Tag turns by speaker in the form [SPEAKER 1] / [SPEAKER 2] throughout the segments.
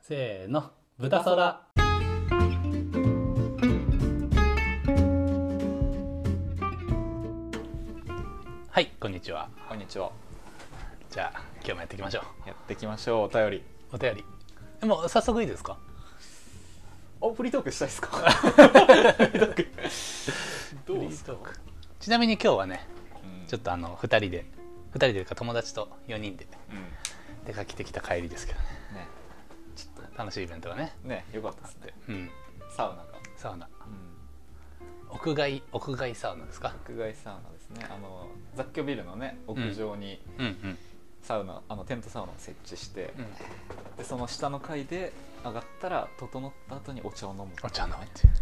[SPEAKER 1] せーの豚そらはいこんにちは
[SPEAKER 2] こんにちは。
[SPEAKER 1] じゃあ今日もやっていきましょ
[SPEAKER 2] やっていきましょう。お便り。
[SPEAKER 1] うお便りでも早速いいですか
[SPEAKER 2] あ、フリートークしたいですか。フリートーク。 どうですか。
[SPEAKER 1] ちなみに今日はね
[SPEAKER 2] うん
[SPEAKER 1] ちょっとあの2人で2人でというか友達と4人で
[SPEAKER 2] うん
[SPEAKER 1] 出かけてきた帰りですけどね
[SPEAKER 2] ね、
[SPEAKER 1] 楽しいイベントがね
[SPEAKER 2] ね、良かったですね。
[SPEAKER 1] うん
[SPEAKER 2] サウナが。
[SPEAKER 1] サウナ
[SPEAKER 2] うん
[SPEAKER 1] 屋外屋外サウナですか
[SPEAKER 2] 屋外サウナですね。あの雑居ビルのね、屋上に
[SPEAKER 1] うんうん
[SPEAKER 2] サウナ、あのテントサウナを設置して、
[SPEAKER 1] うん
[SPEAKER 2] でその下の階で上がったら整った後にお茶を飲む。
[SPEAKER 1] お茶飲むっていう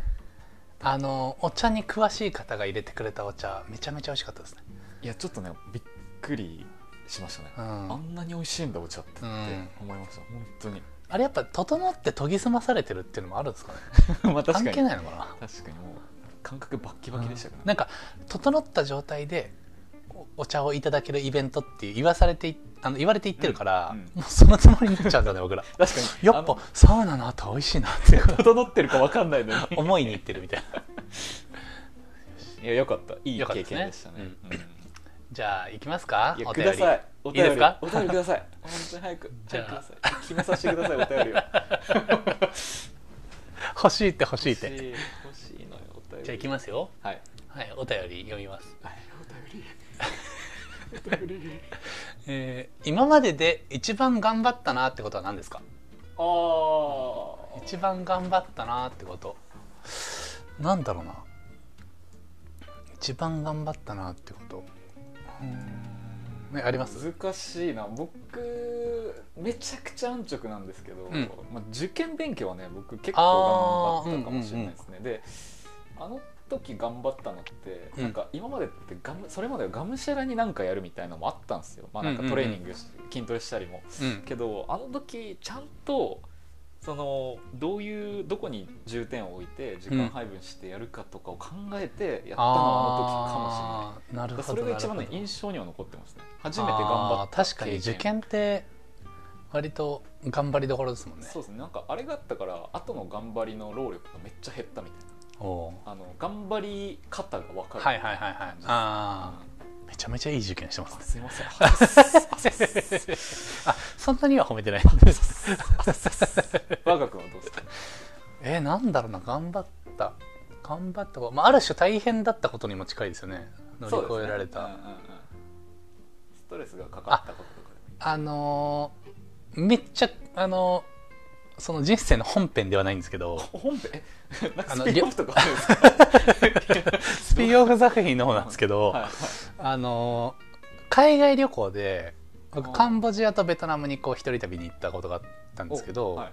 [SPEAKER 1] あのお茶に詳しい方が入れてくれたお茶めちゃめちゃ美味しかったですね
[SPEAKER 2] いや、ちょっとね、びっくりしましたね。
[SPEAKER 1] うん
[SPEAKER 2] あんなに美味しいんだお茶ってって
[SPEAKER 1] うん
[SPEAKER 2] 思いました。本当 に。
[SPEAKER 1] あれやっぱ整って研ぎ澄まされてるっていうのもあるんですかね
[SPEAKER 2] まあ
[SPEAKER 1] 関
[SPEAKER 2] 確か
[SPEAKER 1] 係
[SPEAKER 2] に。
[SPEAKER 1] ないのかな
[SPEAKER 2] 確かにもう感覚バッキバキでしたから
[SPEAKER 1] なんか整った状態でおお茶をいただけるイベントって言わされていあの言われていってるから、
[SPEAKER 2] うんうん
[SPEAKER 1] もうそのつもりになっちゃうんだよね僕ら
[SPEAKER 2] 確かに
[SPEAKER 1] やっ
[SPEAKER 2] あ
[SPEAKER 1] ぱ
[SPEAKER 2] の
[SPEAKER 1] サウナの後美味しいなって いう
[SPEAKER 2] 整ってるかわかんないの に
[SPEAKER 1] 思いにいってるみたいな
[SPEAKER 2] いやよかったいい
[SPEAKER 1] よかった
[SPEAKER 2] 経
[SPEAKER 1] ですね
[SPEAKER 2] 験でしたね
[SPEAKER 1] じゃあ行きますか
[SPEAKER 2] うんいや
[SPEAKER 1] お
[SPEAKER 2] く
[SPEAKER 1] 便
[SPEAKER 2] だ
[SPEAKER 1] り
[SPEAKER 2] さいお
[SPEAKER 1] いい
[SPEAKER 2] 便
[SPEAKER 1] です
[SPEAKER 2] り
[SPEAKER 1] か
[SPEAKER 2] お便りください本当に早く
[SPEAKER 1] じゃあ
[SPEAKER 2] 早くください決めさせてくださいお便りを
[SPEAKER 1] 欲しいって欲しいっ
[SPEAKER 2] 欲してい欲しいのよお便り
[SPEAKER 1] じゃあ行きますよ
[SPEAKER 2] はい
[SPEAKER 1] はいお便り読みます
[SPEAKER 2] お便り
[SPEAKER 1] えー今までで一番頑張ったなってことは何ですか
[SPEAKER 2] あー
[SPEAKER 1] 一番頑張ったなってことなんだろうな一番頑張ったなってことうーんねあります
[SPEAKER 2] 難しいな僕めちゃくちゃ安直なんですけど、
[SPEAKER 1] うん
[SPEAKER 2] まあ、受験勉強はね僕結
[SPEAKER 1] あ
[SPEAKER 2] 構
[SPEAKER 1] ー
[SPEAKER 2] 頑張ったかもしれないですね、であの時頑張ったのって、
[SPEAKER 1] うん
[SPEAKER 2] なんか今までってがむそれまではがむしゃらになんかやるみたいなのもあったんですよ、まあ、なんかトレーニングし、筋トレしたりも
[SPEAKER 1] うん
[SPEAKER 2] けどあの時ちゃんとそのどういうどこに重点を置いて時間配分してやるかとかを考えてやったのはあの時かもしれな
[SPEAKER 1] あ
[SPEAKER 2] い。
[SPEAKER 1] ーなるほど
[SPEAKER 2] それが一番
[SPEAKER 1] な
[SPEAKER 2] ね
[SPEAKER 1] るほど
[SPEAKER 2] 印象には残ってますね初めて頑張った
[SPEAKER 1] あー確かに受験って割と頑張りどころですもんね
[SPEAKER 2] そうですねなんかあれがあったから後の頑張りの労力がめっちゃ減ったみたい
[SPEAKER 1] おー
[SPEAKER 2] なあの頑張り方が分かる
[SPEAKER 1] はいはいはいはいあ
[SPEAKER 2] う
[SPEAKER 1] ーめちゃめちゃいい受験してます
[SPEAKER 2] ん
[SPEAKER 1] ね
[SPEAKER 2] すいません我
[SPEAKER 1] あそんなには褒めてない
[SPEAKER 2] が君はどうですか
[SPEAKER 1] えー、なんだろうな頑張った頑張ったこと、まあ、ある種大変だったことにも近いですよね乗り越えられた、
[SPEAKER 2] そうですねうんうんうんストレスがかかったこととかで
[SPEAKER 1] あのーめっちゃあのーその人生の本編ではないんですけ ど
[SPEAKER 2] も本編え なんか
[SPEAKER 1] あの
[SPEAKER 2] スピンオフとかあるんですか
[SPEAKER 1] スピンオフ作品の方なんですけど、
[SPEAKER 2] はいはい
[SPEAKER 1] あのー海外旅行で僕
[SPEAKER 2] あー
[SPEAKER 1] カンボジアとベトナムにこう一人旅に行ったことがあったんですけど、
[SPEAKER 2] おはいはい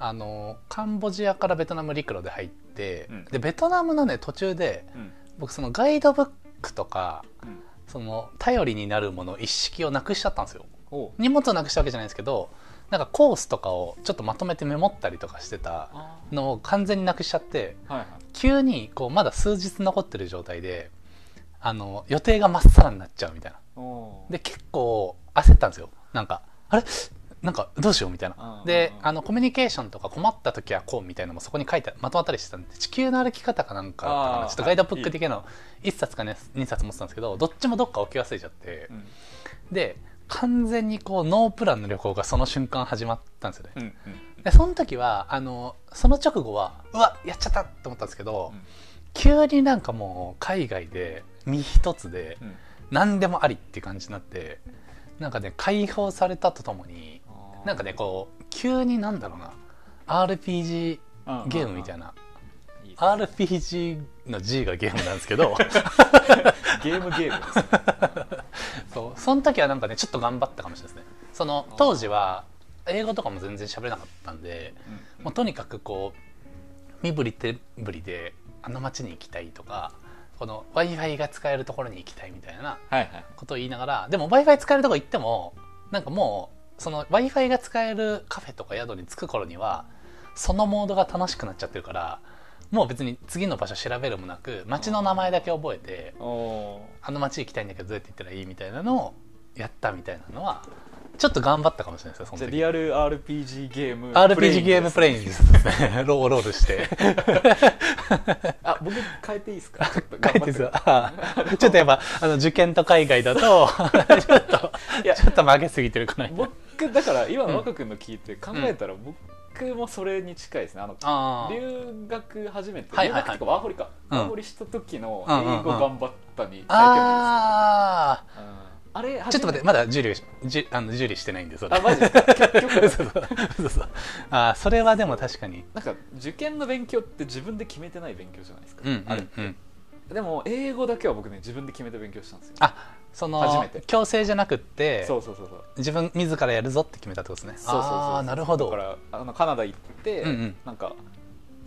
[SPEAKER 1] あのーカンボジアからベトナム陸路で入って、
[SPEAKER 2] うん
[SPEAKER 1] でベトナムのね途中で
[SPEAKER 2] うん
[SPEAKER 1] 僕そのガイドブックとか
[SPEAKER 2] うん
[SPEAKER 1] その頼りになるもの一式をなくしちゃったんですよ
[SPEAKER 2] おう
[SPEAKER 1] 荷物をなくしたわけじゃないんですけどなんかコースとかをちょっとまとめてメモったりとかしてた
[SPEAKER 2] あ
[SPEAKER 1] のを完全になくしちゃって
[SPEAKER 2] ーはいはい
[SPEAKER 1] 急にこうまだ数日残ってる状態であの予定がまっさらになっちゃうみたいな
[SPEAKER 2] おう
[SPEAKER 1] で結構焦ったんですよなんかあれなんかどうしようみたい
[SPEAKER 2] うんうん
[SPEAKER 1] な
[SPEAKER 2] うん
[SPEAKER 1] であのコミュニケーションとか困った時はこうみたいなのもそこに書いてまとまったりしてたんで地球の歩き方かなんかだったか
[SPEAKER 2] あ
[SPEAKER 1] な
[SPEAKER 2] ー
[SPEAKER 1] ちょっとガイドブック的なの1冊かね2冊持ってたんですけどどっちもどっか置き忘れちゃって
[SPEAKER 2] うん
[SPEAKER 1] で完全にこうノープランの旅行がその瞬間始まったんですよね
[SPEAKER 2] うんうん
[SPEAKER 1] でその時はあのその直後はうわやっちゃったと思ったんですけど、
[SPEAKER 2] うん
[SPEAKER 1] 急になんかもう海外で身一つで
[SPEAKER 2] うん
[SPEAKER 1] 何でもありって感じになってなんかね解放されたとともに
[SPEAKER 2] あ
[SPEAKER 1] なんかねこう急になんだろうな RPG ゲームみたい
[SPEAKER 2] な
[SPEAKER 1] な RPG の G がゲームなんですけど
[SPEAKER 2] ゲームゲームですね
[SPEAKER 1] そうその時はなんかねちょっと頑張ったかもしれないですねその当時は英語とかも全然喋れなかったんでもうとにかくこう身振り手振りであの街に行きたいとかこの w i f i が使えるところに行きたいみたいな
[SPEAKER 2] はいはい
[SPEAKER 1] ことを言いながらでも w i f i 使えるとこ行ってもなんかもうその w i f i が使えるカフェとか宿に着く頃にはそのモードが楽しくなっちゃってるからもう別に次の場所調べるもなく街の名前だけ覚えて
[SPEAKER 2] おー
[SPEAKER 1] あの街行きたいんだけどどうやって行ったらいいみたいなのをやったみたいなのはちょっと頑張ったかもしれないですよそ
[SPEAKER 2] じゃ
[SPEAKER 1] の
[SPEAKER 2] あ
[SPEAKER 1] 時
[SPEAKER 2] リアル RPG ゲーム
[SPEAKER 1] RPG ゲームプ
[SPEAKER 2] レイ
[SPEAKER 1] レイングですねローロールして
[SPEAKER 2] あ僕変えていいで すかちょっと
[SPEAKER 1] 書い
[SPEAKER 2] 頑張
[SPEAKER 1] て
[SPEAKER 2] って
[SPEAKER 1] さあ ちょっとやっぱあの受験と海外 だとちょっと
[SPEAKER 2] いや
[SPEAKER 1] ちょっと曲げすぎてるかな
[SPEAKER 2] 僕だから今の若君の聞いて考えたら僕もそれに近いですねあの
[SPEAKER 1] あー
[SPEAKER 2] 留学初めて
[SPEAKER 1] はい
[SPEAKER 2] 留
[SPEAKER 1] はいはい
[SPEAKER 2] 学っていうかワーホリか
[SPEAKER 1] うん
[SPEAKER 2] ワーホリした時の
[SPEAKER 1] うんうんうん
[SPEAKER 2] 英語頑張ったに書いて
[SPEAKER 1] あ
[SPEAKER 2] あるんですようんあれ
[SPEAKER 1] ーちょっと待ってまだ受理じゅあの受理してないんでそれ
[SPEAKER 2] あマジですか結
[SPEAKER 1] そう
[SPEAKER 2] 局
[SPEAKER 1] そう そうそうあーそれはでも確かに
[SPEAKER 2] なんか受験の勉強って自分で決めてない勉強じゃないですか、
[SPEAKER 1] うんうん
[SPEAKER 2] あれ
[SPEAKER 1] うん
[SPEAKER 2] でも英語だけは僕ね自分で決めて勉強したんですよ
[SPEAKER 1] あそ
[SPEAKER 2] 初
[SPEAKER 1] の
[SPEAKER 2] めて
[SPEAKER 1] 強制じゃなくって
[SPEAKER 2] そうそうそうそう
[SPEAKER 1] 自分自らやるぞって決めたってことですね
[SPEAKER 2] そうそうそう
[SPEAKER 1] あーなるほど
[SPEAKER 2] だからあのカナダ行って、
[SPEAKER 1] うんうん
[SPEAKER 2] なんか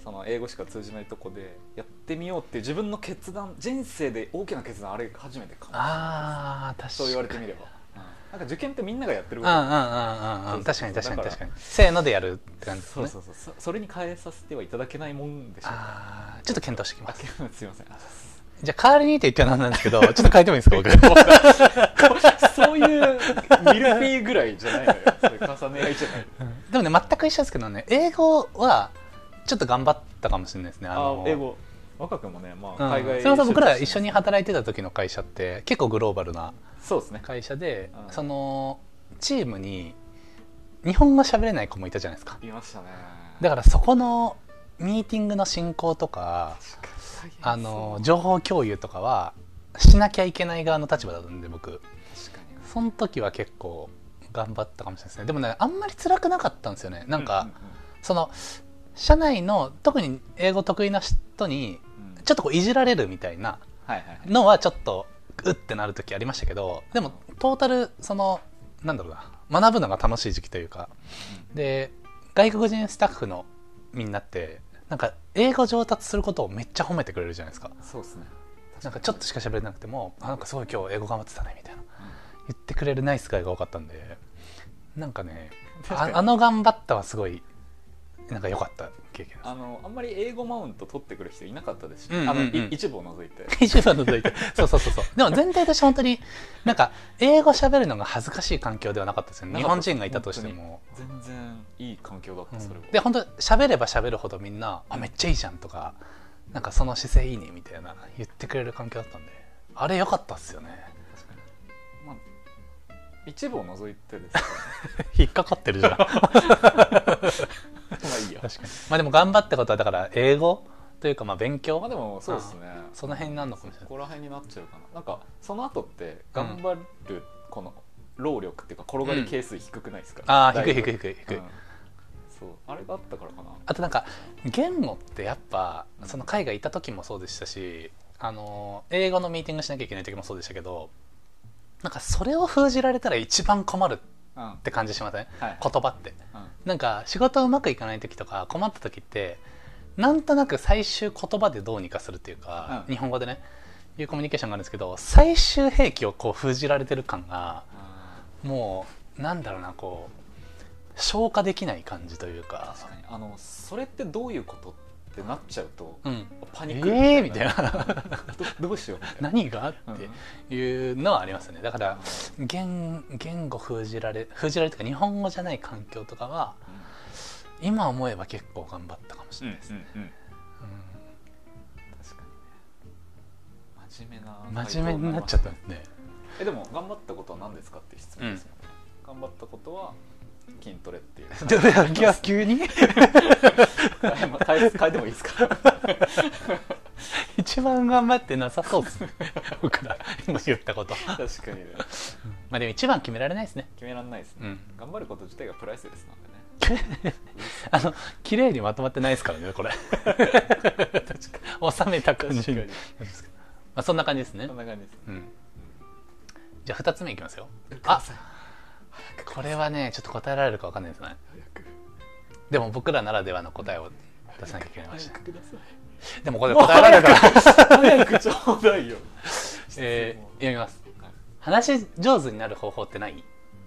[SPEAKER 2] その英語しか通じないとこでやってみようっていう自分の決断人生で大きな決断あれ初めてかも
[SPEAKER 1] ああ確かに
[SPEAKER 2] そう言われてみれば、なんか受験ってみんながやってる
[SPEAKER 1] う
[SPEAKER 2] こ
[SPEAKER 1] ん
[SPEAKER 2] と
[SPEAKER 1] うん
[SPEAKER 2] だか
[SPEAKER 1] うんうん
[SPEAKER 2] ら
[SPEAKER 1] うん
[SPEAKER 2] そう
[SPEAKER 1] 確
[SPEAKER 2] そ
[SPEAKER 1] か
[SPEAKER 2] うそ
[SPEAKER 1] に確
[SPEAKER 2] う
[SPEAKER 1] かに
[SPEAKER 2] だから
[SPEAKER 1] 確かにせーのでやるって感じです
[SPEAKER 2] そ
[SPEAKER 1] ね
[SPEAKER 2] うそうそうそそれに変えさせてはいただけないもんでしょうか
[SPEAKER 1] あーちょっと検討してき
[SPEAKER 2] あ
[SPEAKER 1] ます
[SPEAKER 2] けどすいませんあ
[SPEAKER 1] じゃあ代わりにって言ってはなんなんですけど ちょっと変えてもいいですか 僕
[SPEAKER 2] そういうミルフィーユぐらいじゃないのよそういう重ね合いじゃない
[SPEAKER 1] でもね全く一緒ですけどね英語はちょっと頑張ったかもしれないですねあの
[SPEAKER 2] 英語若くもね、
[SPEAKER 1] う
[SPEAKER 2] まあ、
[SPEAKER 1] ん
[SPEAKER 2] 海外、
[SPEAKER 1] それこそ僕らが一緒に働いてた時の会社って結構グローバルな
[SPEAKER 2] そうですね
[SPEAKER 1] 会社で、
[SPEAKER 2] うん
[SPEAKER 1] そのチームに日本語喋れない子もいたじゃないですか
[SPEAKER 2] いましたね
[SPEAKER 1] だからそこのミーティングの進行とか
[SPEAKER 2] 確かに
[SPEAKER 1] あの情報共有とかはしなきゃいけない側の立場だったんで僕
[SPEAKER 2] そう確かに
[SPEAKER 1] その時は結構頑張ったかもしれないですねでもねあんまり辛くなかったんですよねなんか、その社内の特に英語得意な人に
[SPEAKER 2] うんうんうんうん
[SPEAKER 1] ちょっとこういじられるみたいな
[SPEAKER 2] はいはいはい
[SPEAKER 1] のはちょっとうってなる時ありましたけどでもトータルそのなんだろうな学ぶのが楽しい時期というかで外国人スタッフのみんなってなんか英語上達することをめっちゃ褒めてくれるじゃないですか
[SPEAKER 2] そうですね
[SPEAKER 1] なんかちょっとしか喋れなくても「あなんかすごい今日英語頑張ってたね」みたいな言ってくれるナイスガイが多かったんでなんかね
[SPEAKER 2] 確か
[SPEAKER 1] あ
[SPEAKER 2] に
[SPEAKER 1] あの頑張ったはすごいなんか良かった経験
[SPEAKER 2] あのあんまり英語マウント取ってくる人いなかったですし、
[SPEAKER 1] うんうんうん
[SPEAKER 2] あのい一部を除いて
[SPEAKER 1] 20番の続いてそうそうそうそうでも全体として本当になんか英語喋るのが恥ずかしい環境ではなかったですよね
[SPEAKER 2] な
[SPEAKER 1] 日
[SPEAKER 2] かった
[SPEAKER 1] 本人がいたとしても、
[SPEAKER 2] 全然いい環境だっ
[SPEAKER 1] う
[SPEAKER 2] たそれ
[SPEAKER 1] ん
[SPEAKER 2] は、
[SPEAKER 1] で本当喋れば喋るほどみんな「あめっちゃいいじゃん」とか「なんかその姿勢いいね」みたいな言ってくれる環境だったんであれ良かったっすよね
[SPEAKER 2] 確かにまあ一部を除い てですね
[SPEAKER 1] 引っかかってるじゃん確か
[SPEAKER 2] まあいい
[SPEAKER 1] に
[SPEAKER 2] や
[SPEAKER 1] まあでも頑張ったことはだから英語というかまあ勉強
[SPEAKER 2] まあでもそうですね
[SPEAKER 1] その辺になるのかもしれな
[SPEAKER 2] こ
[SPEAKER 1] い
[SPEAKER 2] こら辺になっちゃうかななんかその後って頑張るこの労力っていうか転がり係数低くないですか、
[SPEAKER 1] ああ
[SPEAKER 2] だ
[SPEAKER 1] 低
[SPEAKER 2] ぶ
[SPEAKER 1] い低い低い低い、
[SPEAKER 2] うんそうあれがあったからかな
[SPEAKER 1] あとなんか言語ってやっぱその海外行った時もそうでしたしあの英語のミーティングしなきゃいけない時もそうでしたけどなんかそれを封じられたら一番困るっ
[SPEAKER 2] うんはい
[SPEAKER 1] て感じしません
[SPEAKER 2] はい
[SPEAKER 1] 言葉って
[SPEAKER 2] うん
[SPEAKER 1] なんか仕事うまくいかない時とか困った時ってなんとなく最終言葉でどうにかするっていうか、
[SPEAKER 2] うん
[SPEAKER 1] 日本語でねいうコミュニケーションがあるんですけど最終兵器をこう封じられてる感が
[SPEAKER 2] あ
[SPEAKER 1] もうなんだろうなこう消化できない感じという
[SPEAKER 2] ー
[SPEAKER 1] か
[SPEAKER 2] 確かにあのそれってどういうことってなっちゃうと
[SPEAKER 1] うん
[SPEAKER 2] パニック
[SPEAKER 1] えー、みたいな
[SPEAKER 2] どどうしようみたい な
[SPEAKER 1] 何が
[SPEAKER 2] うん
[SPEAKER 1] っていうのはありますねだから言言語封じられ封じられるというか日本語じゃない環境とかは今思えば結構頑張ったかもし
[SPEAKER 2] う
[SPEAKER 1] れなん
[SPEAKER 2] んう
[SPEAKER 1] いです、
[SPEAKER 2] うん確かにね真面目
[SPEAKER 1] うん
[SPEAKER 2] な
[SPEAKER 1] 真面目になっちゃった
[SPEAKER 2] 回答にりま
[SPEAKER 1] んですね
[SPEAKER 2] たえでも頑張ったことは何ですかっていう質問ですもんね、頑張ったことは筋トレっていう
[SPEAKER 1] ちょっといや急に
[SPEAKER 2] 変え変えてもいいですか
[SPEAKER 1] 一番頑張ってなさそうですね 僕ら今言ったこと
[SPEAKER 2] 確かにね
[SPEAKER 1] まあでも一番決められないですね
[SPEAKER 2] 決めらんないです
[SPEAKER 1] う
[SPEAKER 2] ね、
[SPEAKER 1] ん
[SPEAKER 2] 頑張ること自体がプライスレスなんでね
[SPEAKER 1] あの綺麗にまとまってないですからねこ れ収めた感じ
[SPEAKER 2] 確
[SPEAKER 1] に
[SPEAKER 2] か
[SPEAKER 1] ま
[SPEAKER 2] に
[SPEAKER 1] あそんな感じですね
[SPEAKER 2] そんな感じです
[SPEAKER 1] うんじゃあ2つ目いきますよ
[SPEAKER 2] あ
[SPEAKER 1] あこれはねちょっと答えられるかわかんないですね
[SPEAKER 2] 早く
[SPEAKER 1] でも僕らならではの答えを出さなきゃいけないまし
[SPEAKER 2] 早くください
[SPEAKER 1] たでもこれ答えられる から、
[SPEAKER 2] 早くちょうだいよ
[SPEAKER 1] えー読みます
[SPEAKER 2] はい
[SPEAKER 1] 話し上手になる方法ってない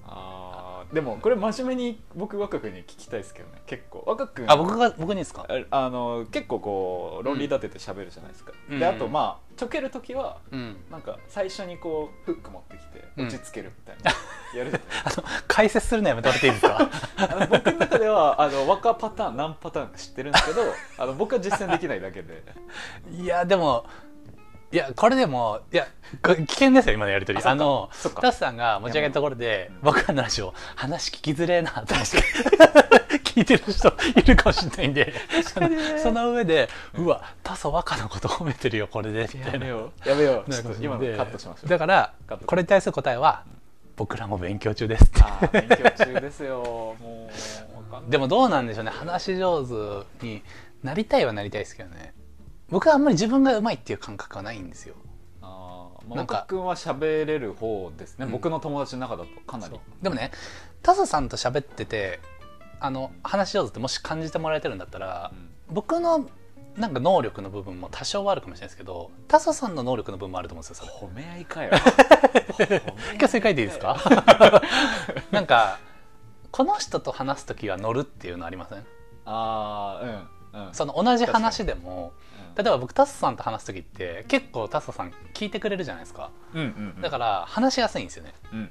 [SPEAKER 2] あでもこれ真面目に僕若君に聞きたいですけどね結構若君
[SPEAKER 1] あ僕が僕にですか
[SPEAKER 2] ああの結構こう論理立てて喋るじゃないですか、
[SPEAKER 1] うん
[SPEAKER 2] であとまあちょける時は
[SPEAKER 1] うん
[SPEAKER 2] なんか最初にこうフック持ってきて
[SPEAKER 1] うん
[SPEAKER 2] 落ち着けるみたいな、やるじゃないです
[SPEAKER 1] あの解説するのやめてもらっていいですか
[SPEAKER 2] かあの僕の中ではあ の若パターン何パターンか知ってるんですけどあの僕は実践できないだけ で
[SPEAKER 1] いやでもいやこれでもいやこれ危険ですよ今のやり取り
[SPEAKER 2] あ
[SPEAKER 1] あの
[SPEAKER 2] そっか
[SPEAKER 1] タスさんが持ち上げたところで
[SPEAKER 2] いやも
[SPEAKER 1] 僕らの話を話聞きづれ えなって聞いてる人いるかもしれないんであの その上でうわタソ若のこと褒めてるよこれでみた
[SPEAKER 2] や
[SPEAKER 1] い
[SPEAKER 2] め
[SPEAKER 1] な
[SPEAKER 2] ようやめよう
[SPEAKER 1] な
[SPEAKER 2] ちょ
[SPEAKER 1] ん
[SPEAKER 2] っ
[SPEAKER 1] か
[SPEAKER 2] と今の
[SPEAKER 1] で
[SPEAKER 2] カットしましょう
[SPEAKER 1] だから
[SPEAKER 2] カット
[SPEAKER 1] これに対する答えは僕らも勉強中ですって
[SPEAKER 2] あー 勉強中ですよもうわかんない
[SPEAKER 1] でもどうなんでしょうね話し上手になりたいはなりたいですけどね僕はあんまり自分がうまいっていう感覚はないんですよ
[SPEAKER 2] あーまあ
[SPEAKER 1] なんか
[SPEAKER 2] 若君は喋れる方ですね、
[SPEAKER 1] うん
[SPEAKER 2] 僕の友達の中だとかなり
[SPEAKER 1] でもねタソさんと喋っててあの話し上手ってもし感じてもらえてるんだったら
[SPEAKER 2] うん
[SPEAKER 1] 僕のなんか能力の部分も多少はあるかもしれないですけどタソさんの能力の部分もあると思うんですよそれ
[SPEAKER 2] 褒め合 いかよ
[SPEAKER 1] 今日正解でいいですかなんかこの人と話す時は乗るっていうのありません
[SPEAKER 2] ああうんうん
[SPEAKER 1] その同じ話でも
[SPEAKER 2] う
[SPEAKER 1] 例えば僕タソさんと話す時って結構タソさん聞いてくれるじゃないですか
[SPEAKER 2] んうんうん
[SPEAKER 1] だから話しやすいんですよね
[SPEAKER 2] うん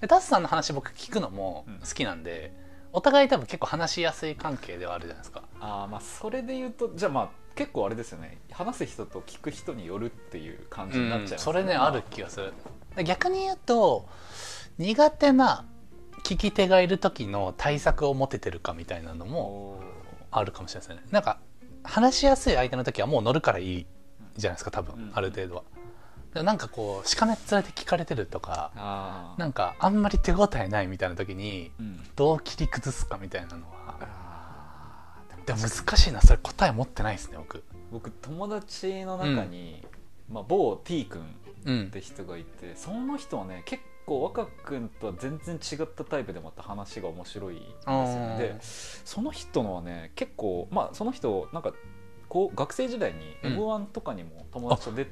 [SPEAKER 1] でタスさんの話僕聞くのも好きなんで、お互い多分結構話しやすい関係ではあるじゃないですか
[SPEAKER 2] ああまあそれで言うとじゃあまあ結構あれですよね話す人と聞く人によるっていう感じになっちゃいます、
[SPEAKER 1] それね
[SPEAKER 2] ま
[SPEAKER 1] ある気がするで逆に言うと苦手な聞き手がいる時の対策を持ててるかみたいなのも
[SPEAKER 2] おー
[SPEAKER 1] あるかもしれないですねなんか話しやすい相手の時はもう乗るからいいじゃないですか多分、
[SPEAKER 2] うん
[SPEAKER 1] ある程度はでもなんかこうしかめっ面で聞かれてるとか
[SPEAKER 2] あー
[SPEAKER 1] なんかあんまり手応えないみたいな時に
[SPEAKER 2] うん
[SPEAKER 1] どう切り崩すかみたいなのは
[SPEAKER 2] あーでも
[SPEAKER 1] でも難しいなそれ答え持ってないですね僕
[SPEAKER 2] 僕友達の中に、まあ、某 T 君
[SPEAKER 1] うん
[SPEAKER 2] って人がいてその人はね結構若君とは全然違ったタイプでまた話が面白いんですよ
[SPEAKER 1] あー
[SPEAKER 2] ねでその人のはね結構まあその人なんかこう学生時代に
[SPEAKER 1] うん
[SPEAKER 2] m 1とかにも友達と出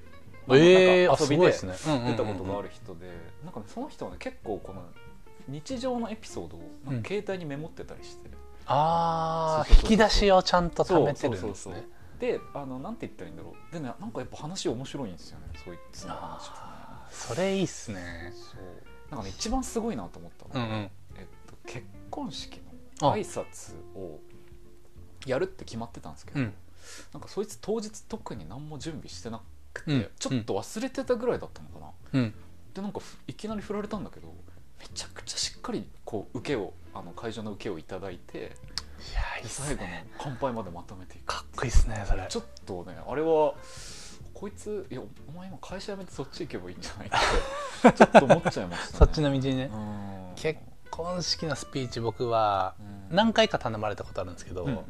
[SPEAKER 2] まあ
[SPEAKER 1] ええー、
[SPEAKER 2] なん
[SPEAKER 1] あ
[SPEAKER 2] か
[SPEAKER 1] す
[SPEAKER 2] 遊び
[SPEAKER 1] ごい
[SPEAKER 2] で
[SPEAKER 1] ですねうんうんうん
[SPEAKER 2] 出たことがある人でなんかねその人はね結構この日常のエピソードをなんか携帯にメモってたりして
[SPEAKER 1] ああ引
[SPEAKER 2] そうそうそうそう
[SPEAKER 1] き出しをちゃんと貯めてるんですね
[SPEAKER 2] そうそうそうであのなんて言ったらいいんだろうでねなんかやっぱ話面白いんですよねそいつの話とか
[SPEAKER 1] それいいっすね
[SPEAKER 2] ねそうなんかね一番すごいなと思ったの
[SPEAKER 1] う
[SPEAKER 2] が
[SPEAKER 1] んうん
[SPEAKER 2] えっと、結婚式の挨拶をやるって決まってたんですけど、
[SPEAKER 1] うん
[SPEAKER 2] なんかそいつ当日特に何も準備してなくて、
[SPEAKER 1] うん
[SPEAKER 2] ちょっと忘れてたぐらいだったのかな、
[SPEAKER 1] うん
[SPEAKER 2] でなんかふいきなり振られたんだけどめちゃくちゃしっかりこう受けをあの会場の受けをいただいて
[SPEAKER 1] いやいいっす
[SPEAKER 2] 最後の
[SPEAKER 1] ね
[SPEAKER 2] 乾杯までまとめていく
[SPEAKER 1] かっこいいっすねそれ
[SPEAKER 2] ちょっとねあれはこいついやお前今会社辞めてそっち行けばいいんじゃないってちょっと思っちゃいました ね
[SPEAKER 1] そっちの道にね
[SPEAKER 2] うん
[SPEAKER 1] 結婚式のスピーチ僕は
[SPEAKER 2] うん
[SPEAKER 1] 何回か頼まれたことあるんですけど、
[SPEAKER 2] うんうんうん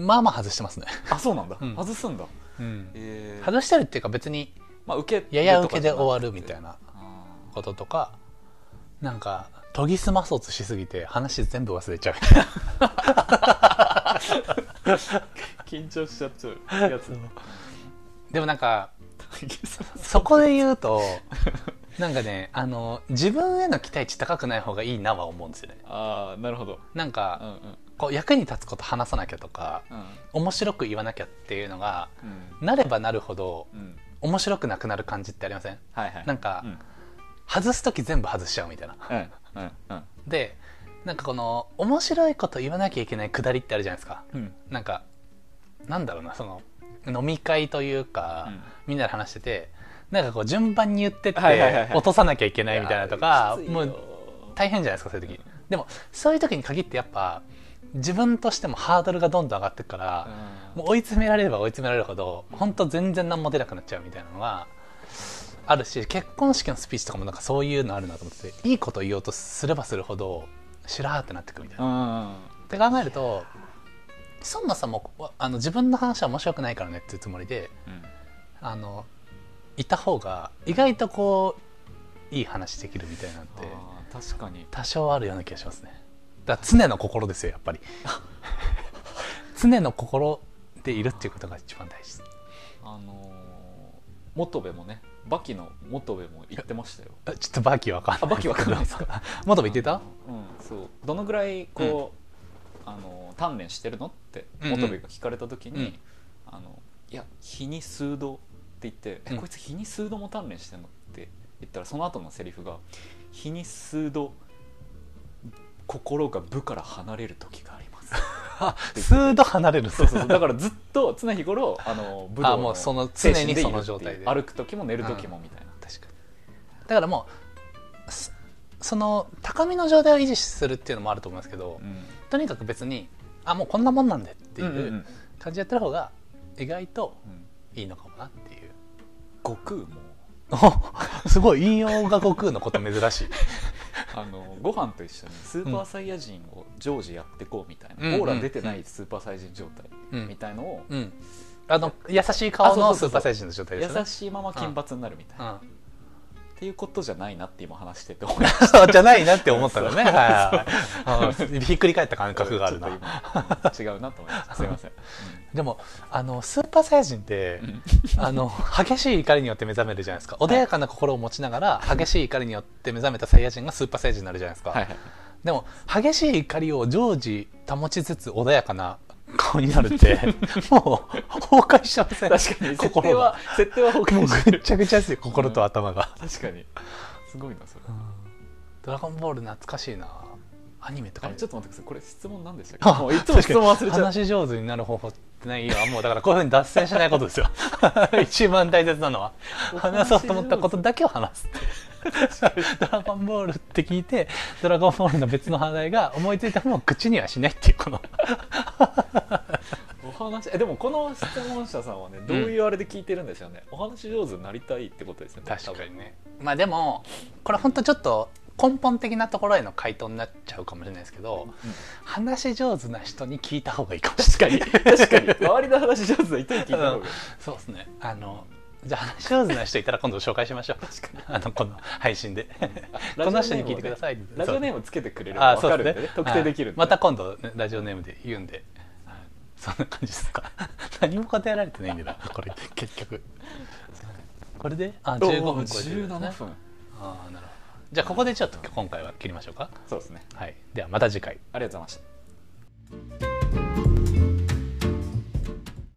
[SPEAKER 1] まあまあ外してますね、
[SPEAKER 2] あそうなんだ、
[SPEAKER 1] うん
[SPEAKER 2] 外すんだ
[SPEAKER 1] 外してるっていうか別に
[SPEAKER 2] まあ受け
[SPEAKER 1] やや受けで終わるみたい
[SPEAKER 2] な
[SPEAKER 1] なこととかなんか研ぎ澄まそうとしすぎて話全部忘れちゃう
[SPEAKER 2] 緊張しちゃっちゃうやつ
[SPEAKER 1] でもなんかそこで言うとなんかねあの自分への期待値高くない方がいいなは思うんですよね
[SPEAKER 2] ああなるほど
[SPEAKER 1] なん
[SPEAKER 2] うん
[SPEAKER 1] か
[SPEAKER 2] うんうん
[SPEAKER 1] こう役に立つこと話さなきゃとか面白く言わなきゃっていうのがなればなるほど
[SPEAKER 2] うんうん
[SPEAKER 1] 面白くなくなる感じってありません
[SPEAKER 2] はいはい
[SPEAKER 1] なんか
[SPEAKER 2] うん
[SPEAKER 1] 外す時全部外しちゃうみたいな
[SPEAKER 2] うんうんうん
[SPEAKER 1] でなんかこの面白いこと言わなきゃいけないくだりってあるじゃないですか
[SPEAKER 2] うん
[SPEAKER 1] なんかなんだろうなその飲み会というか、
[SPEAKER 2] うん
[SPEAKER 1] みんなで話しててなんかこう順番に言ってって、
[SPEAKER 2] はいはいはいはい
[SPEAKER 1] 落とさなきゃいけないみたいなとか
[SPEAKER 2] いやー
[SPEAKER 1] も
[SPEAKER 2] きついうよ
[SPEAKER 1] 大変じゃないですかそういう時でもそういう時に限ってやっぱ自分としてもハードルがどんどん上がってくから、もう追い詰められれば追い詰められるほど本当全然何も出なくなっちゃうみたいなのがあるし結婚式のスピーチとかもなんかそういうのあるなと思ってていいこと言おうとすればするほどしらーってなってくみたいな
[SPEAKER 2] う。ん
[SPEAKER 1] って考えるとそもそもわあの自分の話は面白くないからねっていうつもりで
[SPEAKER 2] うん
[SPEAKER 1] あのいた方が意外とこういい話できるみたいなんて
[SPEAKER 2] あー確かに
[SPEAKER 1] 多少あるような気がしますねだから常の心ですよやっぱり 常の心でいるっていうことが一番大事です
[SPEAKER 2] あのー元部もねバキの元部も言ってましたよ
[SPEAKER 1] あちょっとバキわかんない
[SPEAKER 2] あバキわかんないです か
[SPEAKER 1] 元部言ってた
[SPEAKER 2] うん、そうどのぐらいこう、あの鍛錬してるのって
[SPEAKER 1] うんうん
[SPEAKER 2] 元部が聞かれた時に、
[SPEAKER 1] うん
[SPEAKER 2] あのいや日に数度って言って、
[SPEAKER 1] うん
[SPEAKER 2] えこいつ日に数度も鍛錬してんのって言ったらその後のセリフが日に数度心が部から離れる時があります
[SPEAKER 1] あ数度離れる
[SPEAKER 2] そう そうそう だからずっと常日頃あの武道
[SPEAKER 1] あもうその常にその状態で
[SPEAKER 2] 精神いるっていう歩く時も寝る時もみたいな、
[SPEAKER 1] 確かにだからもうそその高みの状態を維持するっていうのもあると思うんですけど、
[SPEAKER 2] うん
[SPEAKER 1] とにかく別にあもうこんなもんなんでってい
[SPEAKER 2] うんうんう
[SPEAKER 1] うん感じでやってる方が意外と
[SPEAKER 2] うん
[SPEAKER 1] いいのかもなっていう
[SPEAKER 2] 悟空も
[SPEAKER 1] お すごい引用が悟空のこと珍しい
[SPEAKER 2] あのご飯と一緒にスーパーサイヤ人を常時やってこうみたいな、
[SPEAKER 1] うん
[SPEAKER 2] オーラ出てないスーパーサイヤ人状態
[SPEAKER 1] うん
[SPEAKER 2] みたいのを、
[SPEAKER 1] うんあの優しい顔の
[SPEAKER 2] あ
[SPEAKER 1] ス
[SPEAKER 2] そうそ
[SPEAKER 1] ーパ
[SPEAKER 2] うそうそう
[SPEAKER 1] ーサイジの状態ですよ
[SPEAKER 2] 優
[SPEAKER 1] ね
[SPEAKER 2] しいまま金髪になるみたいな、
[SPEAKER 1] うん
[SPEAKER 2] っていうことじゃないなって今話してて思いまし
[SPEAKER 1] じゃないなって思った のね
[SPEAKER 2] そう
[SPEAKER 1] はいはいうんひっくり返った感
[SPEAKER 2] た
[SPEAKER 1] 覚があるな
[SPEAKER 2] ちょっと今違うなと思いました すいません、
[SPEAKER 1] でもあのスーパーサイヤ人って
[SPEAKER 2] うん
[SPEAKER 1] あの激しい怒りによって目覚めるじゃないですか穏やかな心を持ちながら激しい怒りによって目覚めたサイヤ人がスーパーサイヤ人になるじゃないですか、
[SPEAKER 2] はいはい
[SPEAKER 1] でも激しい怒りを常時保ちつつ穏やかな 顔になるって もう崩壊しちゃいません
[SPEAKER 2] 確かに設 定
[SPEAKER 1] 心
[SPEAKER 2] は
[SPEAKER 1] が
[SPEAKER 2] 設定は崩
[SPEAKER 1] も
[SPEAKER 2] 壊
[SPEAKER 1] う
[SPEAKER 2] して
[SPEAKER 1] ぐっ
[SPEAKER 2] る
[SPEAKER 1] ちゃぐちゃですよ心と頭が、
[SPEAKER 2] 確かにすごいなそれ
[SPEAKER 1] ドラゴンボール懐かしいなアニメと
[SPEAKER 2] あ
[SPEAKER 1] か
[SPEAKER 2] れ
[SPEAKER 1] も
[SPEAKER 2] ちょっと待ってくださいこれ質問なんでしたっ けもういつも質問忘れちゃう
[SPEAKER 1] 話し上手になる方法ってないよもうだからこういうふうに脱線しないことです よ一番大切なのは話そうと思ったことだけを話すっていうドラゴンボールって聞いてドラゴンボールの別の話題が思いついたのを口にはしないっていうこの
[SPEAKER 2] お話えでもこの質問者さんはねどういうあれで聞いてるんでしょうね、お話し上手になりたいってことですよね
[SPEAKER 1] 確かにねまあでもこれ本当ちょっと根本的なところへの回答になっちゃうかもしれないですけど、
[SPEAKER 2] うん
[SPEAKER 1] 話し上手な人に聞いた方がいいかもし
[SPEAKER 2] 確かに確かに周りの話上手な人に聞いた
[SPEAKER 1] れな
[SPEAKER 2] 方
[SPEAKER 1] い、
[SPEAKER 2] が
[SPEAKER 1] そうですねあのじゃあ話し上手な人いたら今度紹介しましょう
[SPEAKER 2] 確かに
[SPEAKER 1] あのこの配信でこ
[SPEAKER 2] ラジオネームをね
[SPEAKER 1] の人に聞いてください
[SPEAKER 2] ラジオネー
[SPEAKER 1] ム
[SPEAKER 2] ムつけてくれれば分かるんでね特定できるんで、
[SPEAKER 1] また今度ねラジオネームで言うんでそんな感じですか 何も答えられてないんだなこれ結局これであ
[SPEAKER 2] お
[SPEAKER 1] 15
[SPEAKER 2] ー
[SPEAKER 1] 分超えてるんですね
[SPEAKER 2] 17分
[SPEAKER 1] ああなるほどじゃあここでちょっと今回は切りましょうか
[SPEAKER 2] そうですね
[SPEAKER 1] はいではまた次回
[SPEAKER 2] ありがとうございました